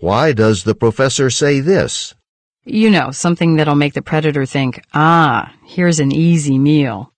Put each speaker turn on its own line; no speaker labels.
Why does the professor say this?
You know, something that'll make the predator think, ah, here's an easy meal.